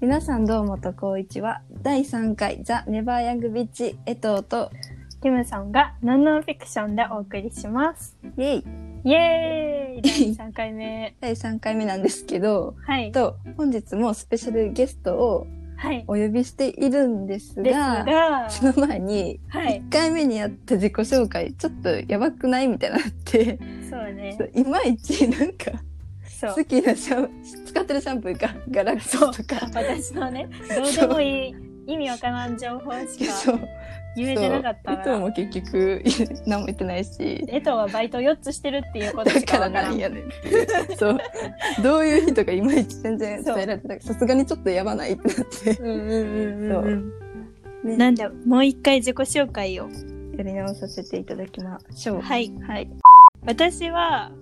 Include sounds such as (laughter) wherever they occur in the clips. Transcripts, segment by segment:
皆さんどうもとこういちは第3回ザ・ネバーヤングビッチ江藤とキムソンがノンノンフィクションでお送りします。イエイ。イエ (laughs) ーイ第3回目第3回目なんですけどはい。と本日もスペシャルゲストをはい。お呼びしているんですですがが、 (laughs) その前にはい。 1回目にやった自己紹介ちょっとやばくないみたいになってそうね。いまいちなんかそう好。きなシャン使ってるシャンプーかガラクソとか私の (laughs) ね、どうでもいい意味わからん情報しそかう言えてなかったそう江藤ら、も結局何も言ってないし江藤はバイト4つしてるっていうことだしかからわかならんん。やねんっていうそうどういう日とかいまいち全然伝えられてないさすがにちょっとやばないってなって、うんうんうんうんうん。ねなんだ、もう一回自己紹介を。やり直させていただきましょうはい。はい私は、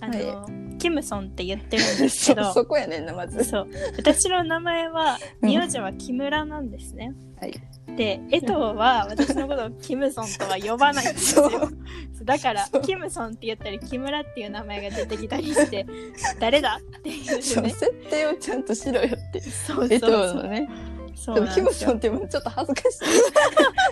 あの、キムソンって言ってるんですそけど、 (laughs) そこやねんなまずそう私の名前はうん名字は木村なんですね。はいで江藤は私のことをキムソンとは呼ばないんですよ。そうそうだからそうキムソンって言ったり木村っていう名前が出てきたりして誰だっていうね。そそうう設定をちゃんとしろよってそう江藤そのう。ねそでうもなんキムですソンよ。ってもちょっと恥ずかしい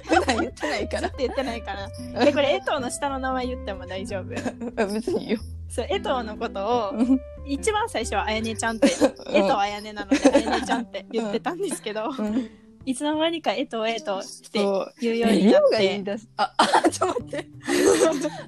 普段言ってないかちょ (laughs) らっと言ってないから。でこれ江藤の下の名前言っても大丈夫。あ別にいいよそう江藤のことをうん一番最初はあやねちゃんって江藤あやねなのであやねちゃんって言ってたんですけど、うんいつの間にか江藤江藤ってそう言うようにリなっオがて言い。出すああちょっと待って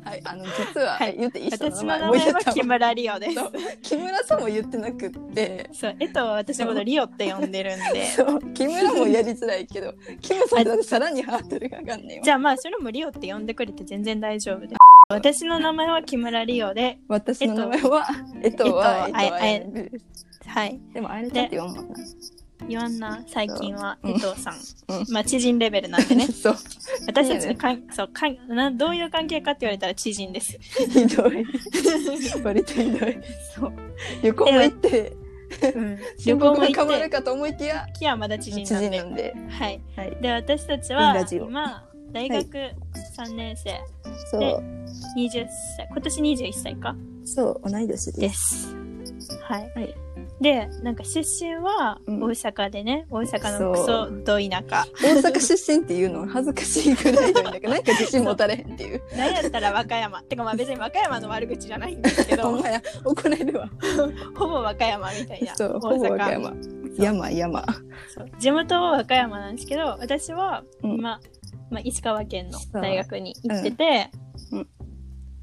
はいあの実は、はい言っていい人の名私の前名もう言前っはた木村リオですそ。う木村さんも言ってなくってそう、えっと、私のことリオって呼んでるんで。 (laughs) そう木村もやりづらいけど (laughs) 木村さんだとさらにハードルが上がんねんよじゃあまあ、それもリオって呼んでくれて全然大丈夫です。私の名前は木村リオで、私の名前はえっとはえっとえっとあはええですはい。でもあれだって読むもんな言わんな、最近はそう江藤さん。うんまあ、知人レベルな (laughs) んでね。そう私たちのかん、そうかんな、どういう関係かって言われたら知人です。ひど (laughs) い割とひどいそう。旅行も行ってうん、 (laughs) 旅行旅行もも行かまっるて、かと思いきやキアはまだ知知人なん人で。なんではい。はいで、私たちいいはラ、ジオ今、大学3年生、そう20歳、今年21歳か。そう同い年ですです。はい。はいで、なんか出身はう大ん阪でね、大阪そうのクソど田舎。大阪出身っていうのは恥ずかしいぐらいなんだけどなんか自信持たれへんっていうなんやったら和歌山。てかまあ別に和歌山の悪口じゃないんですけほんどま、や怒られるわほぼ和歌山みたいな。そう大ほぼ和歌阪山山山そう地元は和歌山なんですけど、私は、うんまあ、まあ、石川県のそう大学に行ってて、うんうん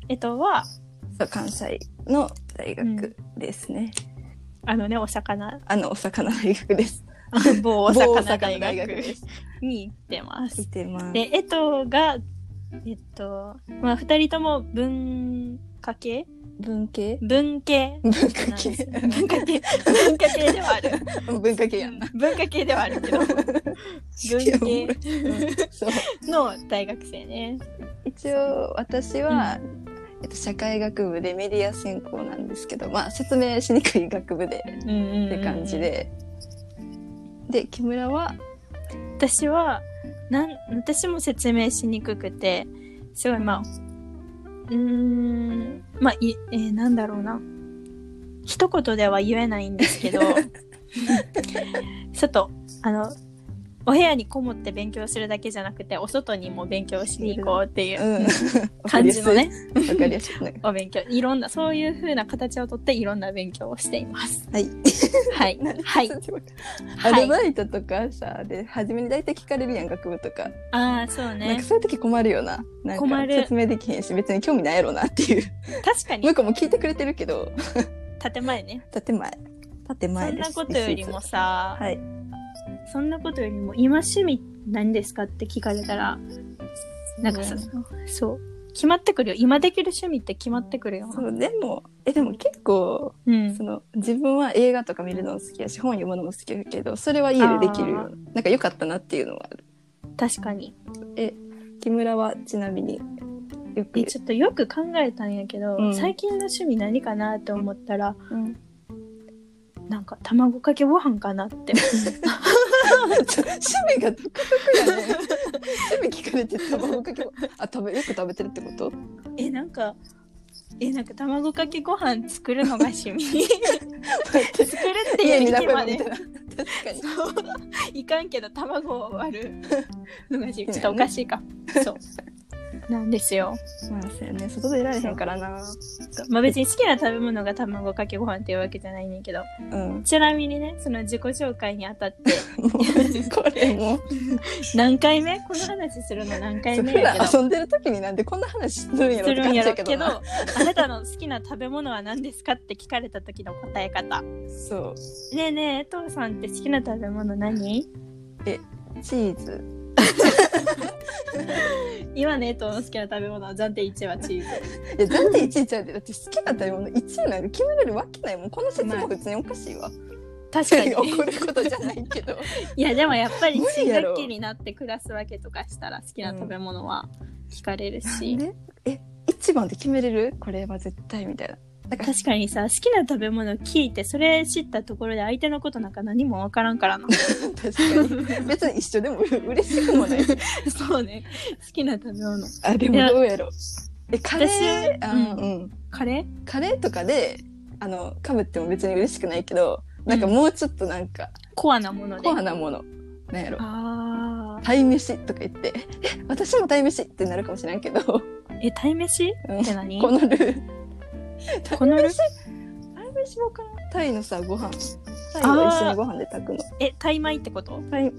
えっとは、そう関西の大学ですね、あのね、お魚、あのお魚大学です (laughs) 某お某魚魚大大学学ですに行ってますい。てますで、えとが、えっと、まあ、二人とも文化系文系文系文化なんです系よ文化系文化系ではある。文化系やんな文化系ではあるけど、文系 (laughs) そうの大学生ね。一応私は、えっと、社会学部でメディア専攻なんですけどまあ説明しにくい学部でうんうんうんって感じ。で、で木村は私は、なん、私も説明しにくくて、すごい、まあ、うーん、まあ、い、えーなんだろうな。一言では言えないんですけど、 (laughs) ちょっと、あの、お部屋にこもって勉強するだけじゃなくて、お外にも勉強しに行こうっていう (laughs) うん感じのね、わかりやすいわかりやすいねお勉強。いろんな、そういう風な形をとって、いろんな勉強をして (laughs) います。はいはい。 (laughs) はい。アはルい。バイトとかさで初めに大体聞かれるやん学部とかああ、そうなんかね。そういう時困るよな。なんか困る説明できへんし、別に興味ないやろなって (laughs) いう。確かに向、こうも聞いてくれてるけど、建前ね。建前。建そ前んです。なことよりもさ、はい。そんなことよりも、今趣味何ですかって聞かれたら、なんかさ、そう。決まってくるよ。今できる趣味って決まってくるよな。そう、でも、え、でも結構、うんそ。の、自分は映画とか見るのも好きやし、本読むのも好きやけど、それは家でできるよあ。なんか良かったなっていうのはある。確かに。木村はちなみに、よくで、、ちょっとよく考えたんやけど、うん最近の趣味何かなと思ったら、うん、なんか卵かけご飯か (laughs) なって。 (laughs) 趣味が独特やね。趣味聞かれて卵かけごあ、食べ、よく食べてるって (laughs) ことえなんかえなんか (laughs) 卵かけご飯作るのが趣味作るって家いうに域鍋まばみでたいな。かにそういかんけど卵を割るのがちょっとおかしいか。そう。なんですよ。まあそうやね外出られへんからなまあ別に好きな食べ物が卵かけご飯っていうわけじゃないねんけど。 (laughs) うんちなみにね、その自己紹介にあた (laughs) って、もうこれもう何回目この話するの何そ回う目普やけ段ど。遊んでる時になんでこんな話するんやろすってるん感じやろやうけけどどなあなたの好きな食べ物は何ですかって聞かれた時の答え方ねそうえねえ父さんって好きな食べ物何チーズ今ね父の好きな食べ物は暫定1はチーズいやだって1位ちゃうでだって好きな食べ物1位なんか決めれるわけないもんこの説も別におかしいわ確か (laughs) に怒ることじゃないけど (laughs) いやでもやっぱり無理新やろ学期になって暮らすわけとかしたら好きな食べ物は聞かれるし、でえ一番で決めれるこれは絶対みたいな (laughs) なんか確かにさ好きな食べ物聞いてそれ知ったところで相手のことなんか何もわからんから (laughs) な確かに別に一緒でも嬉しくもないそうね好きな食べ物あでもいやどうやろえカレー私あうんうん、カレーカレーとかであのかぶっても別に嬉しくないけどなんかもうちょっとなんかコアなものでコアなものなんやろあー鯛飯とか言って「え私も鯛飯」ってなるかもしれんけどえ鯛めしうんって何このルーこのルー鯛飯もかな鯛のさご飯鯛をあー一緒にご飯で炊くのえ鯛米ってことタイ違うよ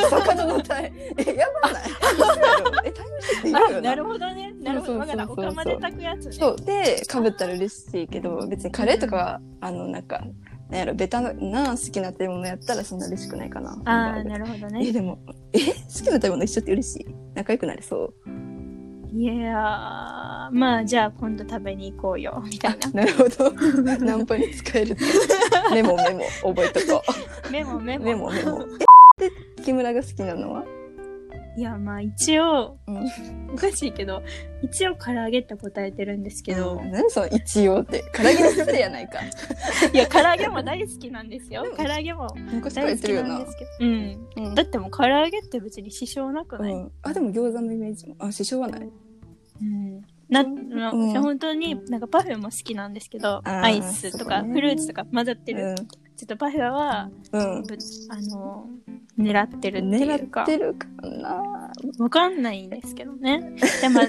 (laughs) 魚の鯛えやばないえタイムシって言うあよななるほどねなるほどそうわそかうっそうたそおう釜で炊くやつねそうでかぶったら嬉しいけど別にカレーとかはあのなんかなんやろベタな好きな食べ物やったらそんな嬉しくないかなあハあンバーグなるほどえねでもえ好きな食べ物一緒って嬉しい仲良くなれそういやーまあじゃあ今度食べに行こうよみたい (laughs) ななるほ (laughs) どナンパに使えるってメモメモ覚えとこメモメうモメモメモえで木村が好きなのはいやまあ一応、うおかしいけど一応唐揚げって答えてるんですけど、何その一応って唐揚げの失礼やないかいや唐揚げも大好きなんですよでも唐揚げも昔から大言っ好てきるよななんですけど、うん、うんだってもう唐揚げって別に支障なくない、うん、あでも餃子のイメージもあ支障はないうんなうんまあうん本当になんかパフェも好きなんですけどーアイスとそかうねフルーツとか混ざってる、ちょっとパフェはうん、ぶあの狙ってるっていう狙かってるかなわかんないんですけどね。でも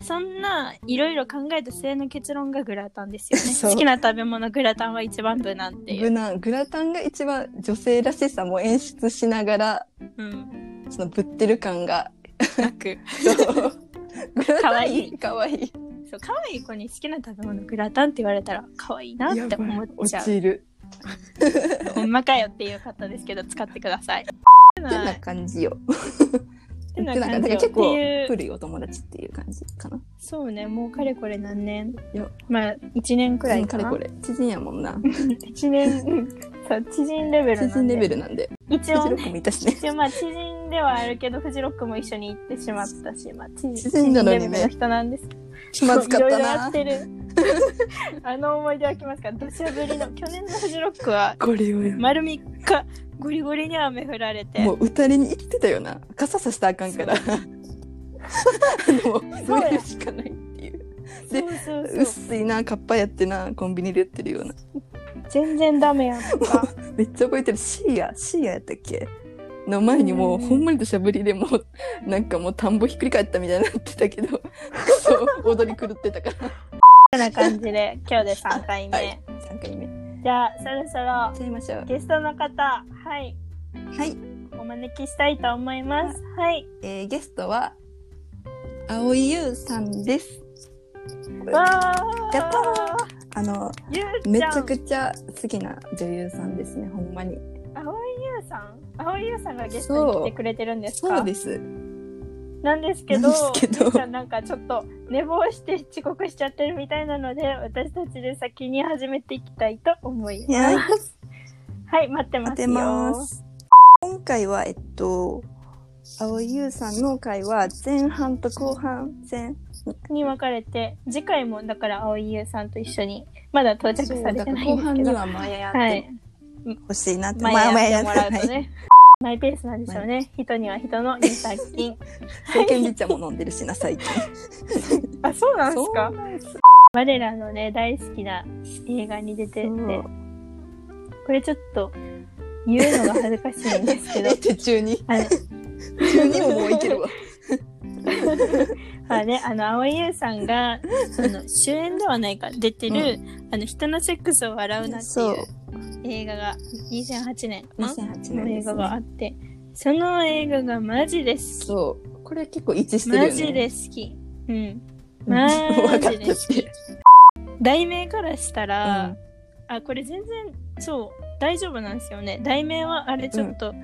そんないろいろ考えた末の結論がグラタンですよそね。う好きな食べ物グラタンは一番無難ってい無う。難グラタンが一番女性らしさも演出しながらうん、そのぶってる感がなく。 (laughs) そうグラタンいいかわいいそう可愛い子に好きな食べ物グラタンって言われたら可愛いなって思っちゃう。陥るほんまかよっていう方ですけど使ってください。ってな感じよてな感だじからよ結っ構ていう。古いお友達っていう感じかなそうね、もうかれこれ何年いやまあ1年くらいかかれな。これ知人やもんな1年、うんそう、知人レベルなん知で。人レベルなんで一応16ねもいたしね (laughs) 一応まあ知人ではあるけどフジロックも一緒に行ってしまったし、まあ、知知人なのにね知レベルの人なんですけど気まずかっいろたいろやっなてる (laughs) あの思い出はきますから土砂降りの去年のフジロックはこれをや丸3日ゴリゴリに雨降られてもう打たれに行ってたよな傘さしたらあかんから (laughs) でもそうや無理しかないっていうそでうそうそう薄いなカッパやってなコンビニで売ってるような全然ダメやんとかめっちゃ覚えてるシーヤシーヤやったっけの前にもううんほんまにとしゃぶりでも (laughs) うなんかもう田んぼひっくり返ったみたいになってたけど (laughs) そう踊り狂ってたからそんな感 (laughs) じで今日で3回目、はい3回目じゃあそろそろちゃいましょうゲストの方はいはい、お招きしたいと思いますはいえーゲストは蒼井優さんですわーやったあのゆうちゃんめちゃくちゃ好きな女優さんですねほんまに葵優さん葵優さんがゲストに来てくれてるんですかそうですなんですけどなんですけどゆうちゃんなんかちょっと寝坊して遅刻しちゃってるみたいなので私たちで先に始めていきたいと思いますはいはい待ってます当よてます。今回は、えっと、青井優さんの回は前半と後半戦。に分かれて次回もだから葵優さんと一緒にまだ到着されてないんだでからすけど後半にはマヤやっはていほしいなって。前マヤややっってもてらうとねマイペースなんでしょうね人には人の二作 (laughs) 金はい。ケンビ茶も飲んでるしな、最近。あそうなんですかそうなんです我らのね大好きな映画に出ててそうこれちょっと言うのが恥ずかしいんで (laughs) すけどえ、て中にあれ中にももういけ (laughs) るわ。あれあの蒼井優さんがその主演ではないか出てる、あの人のセックスを笑うなっていう映画が2008年2008年の映画があっってその映画がマジで好てきそう。これ結構一致してるよね。マジで好きうんうん。マ (laughs) わかジっでた好きし。題名からしたうら、んあこれ全然そう大丈夫なんですよね題名はあれちょっと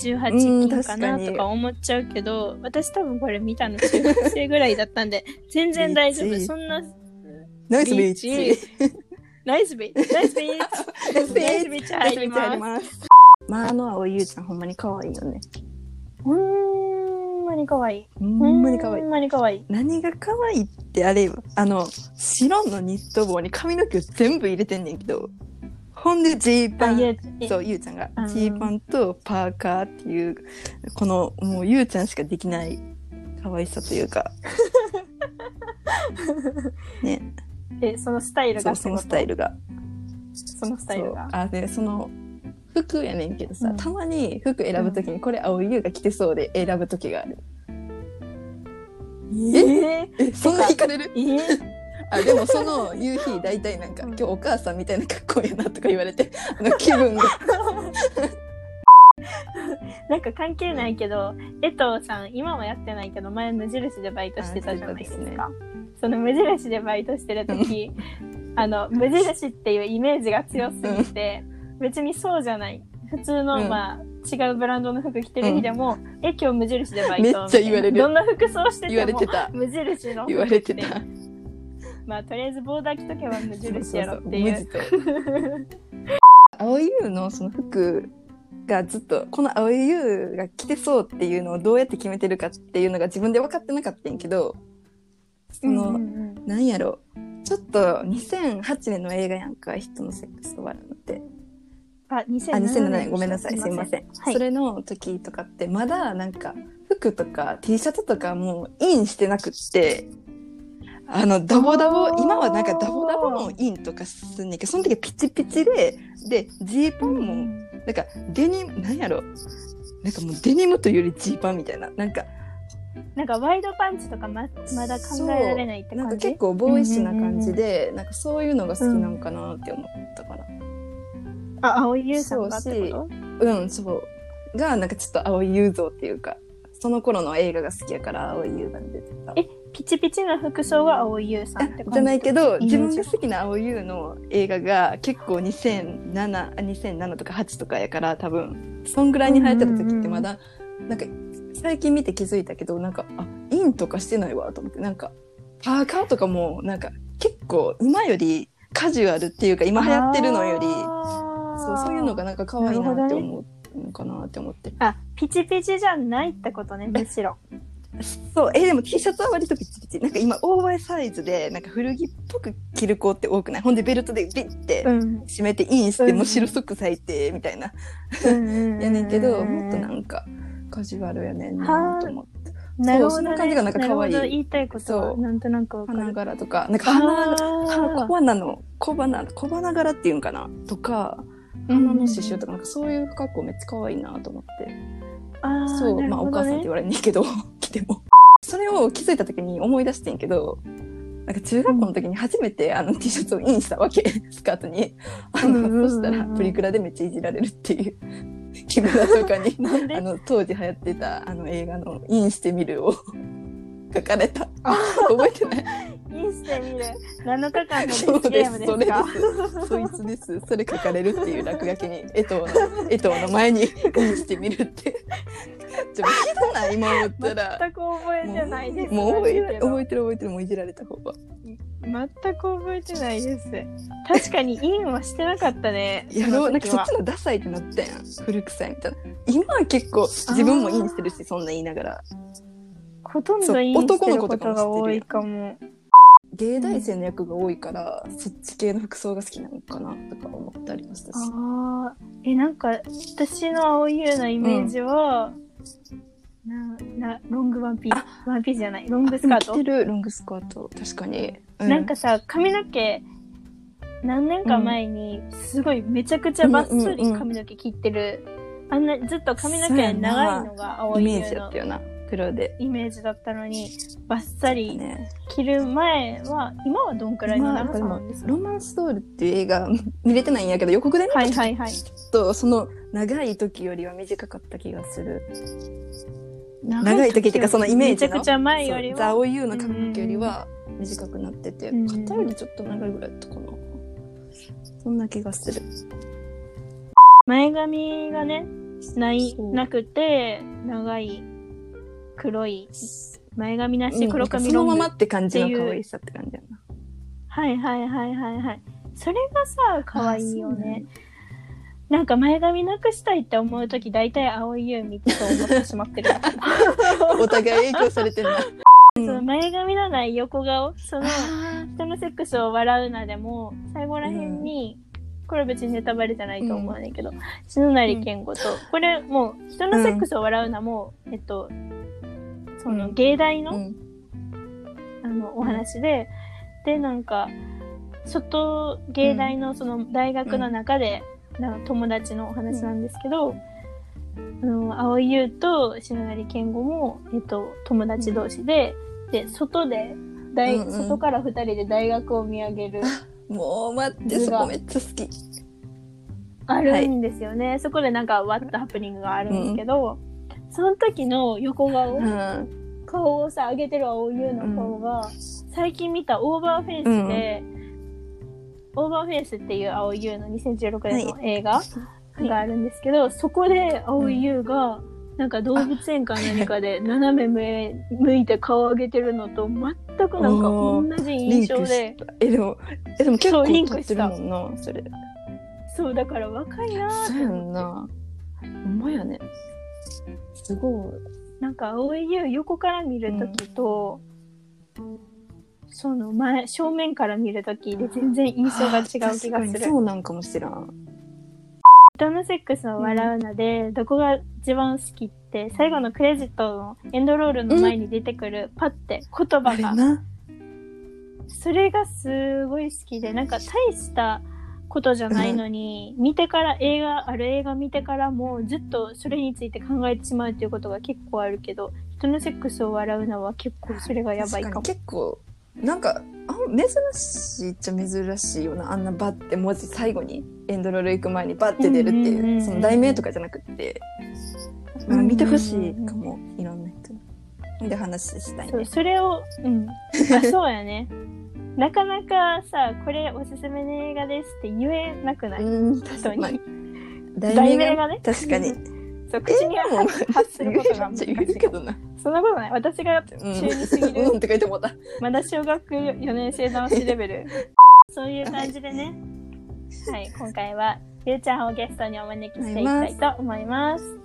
18禁かうなん確かにとか思っちゃうけど、私多分これ見たの中学生ぐらいだった (laughs) んで全然大丈リ夫ッチそんなナイスビービーチ。ナイスビーチナイスビ (laughs) ーナイスチビナイースチ。ビーチナイ入スビりーチありますます。まあ、あの青いゆうちゃんほんまに可愛いよね。ほんまに可愛いほんまに可愛いほん。まに可愛い何が可愛いってあれよあの白のニット帽に髪の毛を全部入れてんねんけどほんでジーパあゆンうえそうゆうちゃんがうんジーパンとパーカーっていうこのもうゆうちゃんしかできない可愛さというかえそのスタイルそがうそのスタイルがそのスタイルがそうあでその服やねんけどさ、うんたまに服選ぶときにこれ青い優が着てそうで選ぶときがある、えー、えそんな惹かれるえーあでもそ (laughs) の夕日大体なんか、うん今日お母さんみたいな格好やなとか言われてあの気 (laughs) 分がなんか関係ないけど、江藤さん、今はやってないけど、前無印でバイトしてたじゃないですあしてか。その無印でバイトしてる時、 (laughs) あの、無印っていうイメージが強すぎて、別にそうじゃない。普通の、うんまあ、違うブランドの服着てる日でも、え、今日無印でバイト。めっちゃ言われるどんな服装してても。言われてた無印の服着て。言われてたまあ、とりあえずボーダー着とけば無印やろってい無う。地と (laughs) 青い優のその服がずっとこの青い優が着てそうっていうのをどうやって決めてるかっていうのが自分で分かってなかったんやけどそうんの、うんうんなんやろちょっと2008年の映画やんか人のセックスと笑うのってあ、2007あ年。 2007年ごめんなさいすいません、はいそれの時とかってまだなんか服とか T シャツとかもうインしてなくってあのダボダボあー今はなんかダボダボのインとかすんねんけどその時ピチピチででジーパンもなんかデニムなんやろなんかもうデニムというよりジーパンみたいななんかなんかワイドパンチとかままだ考えられないってなんか感じ結構ボーイッシュな感じで、なんかそういうのが好きなのかなって思ったかな。あ、青井優さんがってことうん、そう。が、なんかちょっと青い雄像っていうか、その頃の映画が好きやから青い雄が出てた。えピチピチな服装が青井優さんって感じじゃないけど、イメー自ジ分が好きな青い優の映画が結構2007、あ2007とか8とかやから、多分、そんぐらいに流行ってた時ってまだ、なんか、最近見て気づいたけど、なんか、あ、インとかしてないわ、と思って、なんか、パーカーとかも、なんか、結構、今よりカジュアルっていうか、今流行ってるのより、そうそういうのがなんか可愛いなって思うのかなって思って。あピチピチじゃないってことねむしろ (laughs) そう、え、でも T シャツは割とピチピチ。なんか今、オーバーサイズで、なんか古着っぽく着る子って多くないほんでベルトでビッてん締めてインしうんて、もう白即咲いて、みたいな。ややねんけど、もっとなんか、カジュアルやねんなと思って。なるほそうそどねの感じがなんか可愛いなるほど言いたいことはそうなんとなくわか花る柄とか、なんか花柄、あ小花の、小花、小花柄っていうんかなとか、花の刺繍とか、なんかそういう格好めっちゃ可愛いなと思って。ーあーそう、なるまあおほ母さんどっねて言われんねんけど、 (laughs) 来ても。それを気づいた時に思い出してんけど、なんか中学校の時に初めてあの T シャツをインしたわけ、 (laughs) スカートに。あうんうんうんうの、んそしたらプリクラでめっちゃいじられるっていう、 (laughs) 木村とかに、 (laughs) なんであの、当時流行ってたあの映画のインしてみるを (laughs) 書かれた。あ覚えてないインしてみる7日間のデ (laughs) そうスゲでームす、でそれですかす。そいつです。それ書かれるっていう落書きに、江藤の、江藤の前にインしてみるって。 (laughs) ちょ、ひどない、今思ったら。 (laughs) 全く覚えてないですもう覚えだけてど覚えてる覚えてるもういじられた方が。全く覚えてないです。確かにインはしてなかったね。やろうそなのんか時そっはちのダサいってなったやん古臭いみたいな。今は結構自分もインしてるしそんな言いながらほとんどインしてることが多いかも。芸大生の役が多いから、そっち系の服装が好きなのかなとか思ったりましたし。ああ、え、なんか私の青い優のイメージは、ななロングワンピース、ワンピースじゃない、ロングスカーあでも着ト。てるロングスカート確かに。うなんかさ、髪の毛何年か前に、すごいめちゃくちゃばっそり髪の毛切ってる、あんなずっと髪の毛長いのが青イいメのージだったよな黒で。イメージだったのに、ばっさりね、切る前は、今はどんくらいのまあ長さなんですかロマンスドールっていう映画見れてないんやけど予告でね、はいはいはい。ちょっとその長い時よりは短かった気がする。長長い時っていうかそのイメージめのちゃくちゃ前よりそうザは。オユーの髪の毛よりは短くなってて、うん肩よりちょっと長いぐらいだったかな。そんな気がする。前髪がね、ない、そうなくて、長い、黒い、前髪なし、黒うん髪そのロング。ままって感じのっていう可愛さって感じやな。はいはいはいはいはい。それがさ、可愛いよね。なんか前髪なくしたいって思うとき、大体青い優見てと思ってしまってる。お互い影響されてるな。 (laughs) その前髪のない横顔、その、あ人のセックスを笑うなでも最後らへんに、これ別にネタバレじゃないと思わないけど、篠成健吾と、これもう人のセックスを笑うなも、えっとその芸大ーの,、うんあのお話ででなんか外芸大のその大学の中で、なんか友達のお話なんですけど、あの蒼井優と篠成健吾も、えっと、友達同士で、で外で大、うんうん外から2人で大学を見上 (laughs) げる。もう待って、図そがこめっちゃ好き。あるんですよね、そこでなんかワッとハプニングがあるんですけど、その時の横顔、うん。顔をさ上げてる青優の顔が、最近見たオーバーフェイスで、オーバーフェイスっていう青優の2016年の映画いがあるんですけど、そこで青優がなんか動物園か何かで斜め目向いて顔を上げてるのと全くなんか同じリン印ク象しでた。え、でも、え、でも結構そうリン撮クっしてるたもんな、それ。そうだから若いなーってそうやんな。ほんまやね。すごい。なんか青い優横から見るときと、その前正面から見るときで全然印象が違う気あがーす確かにるそうなんかもしらん。人のセックスを笑うので、どこが一番好きって最後のクレジットのエンドロールの前に出てくるパッて言あ葉れがな。それがすごい好きでなんか大したことじゃないのに、見てから映画ある映画見てからもずっとそれについて考えてしまうということが結構あるけど人のセックスを笑うのは結構それがやばいか確もに。結構、なんか、あん珍しいっちゃ珍しいよな。あんなバッて文字最後にエンドロール行く前にバッて出るっていう、うんうんうんうんその題名とかじゃなくって、まあ見てほしいかも、いろんな人に。で話したいそうね。それを、うん。あ、そうやね。なかなかさ、これおすすめの映画ですって言えなくない、うん、本確当かに。に。題名がね確かに。そう、口には発することが難し言いうけどな。そんなことない。私がうん。中二すぎる (laughs) うんって書いてもらった。まだ小学4年生男子レベル。 (laughs) そういう感じでね。はい、今回は、ゆうちゃんをゲストにお招きしていきたいと思います。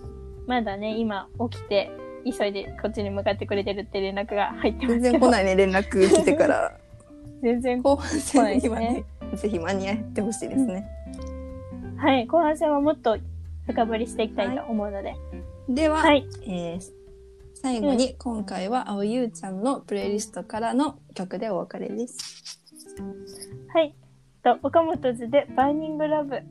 まだね、今起きて、急いでこっちに向かってくれてるって連絡が入ってます全然けど。来ないね、連絡来て (laughs) から。全然後半戦にはそうでね、ぜひ間に合ってほしいですね。はい、後半戦はもっと深掘りしていきたいと思うので。では、はい、えー最後に今回は青ゆうちゃんのプレイリストからの曲でお別れです。はい。と岡本図でバーニングラブ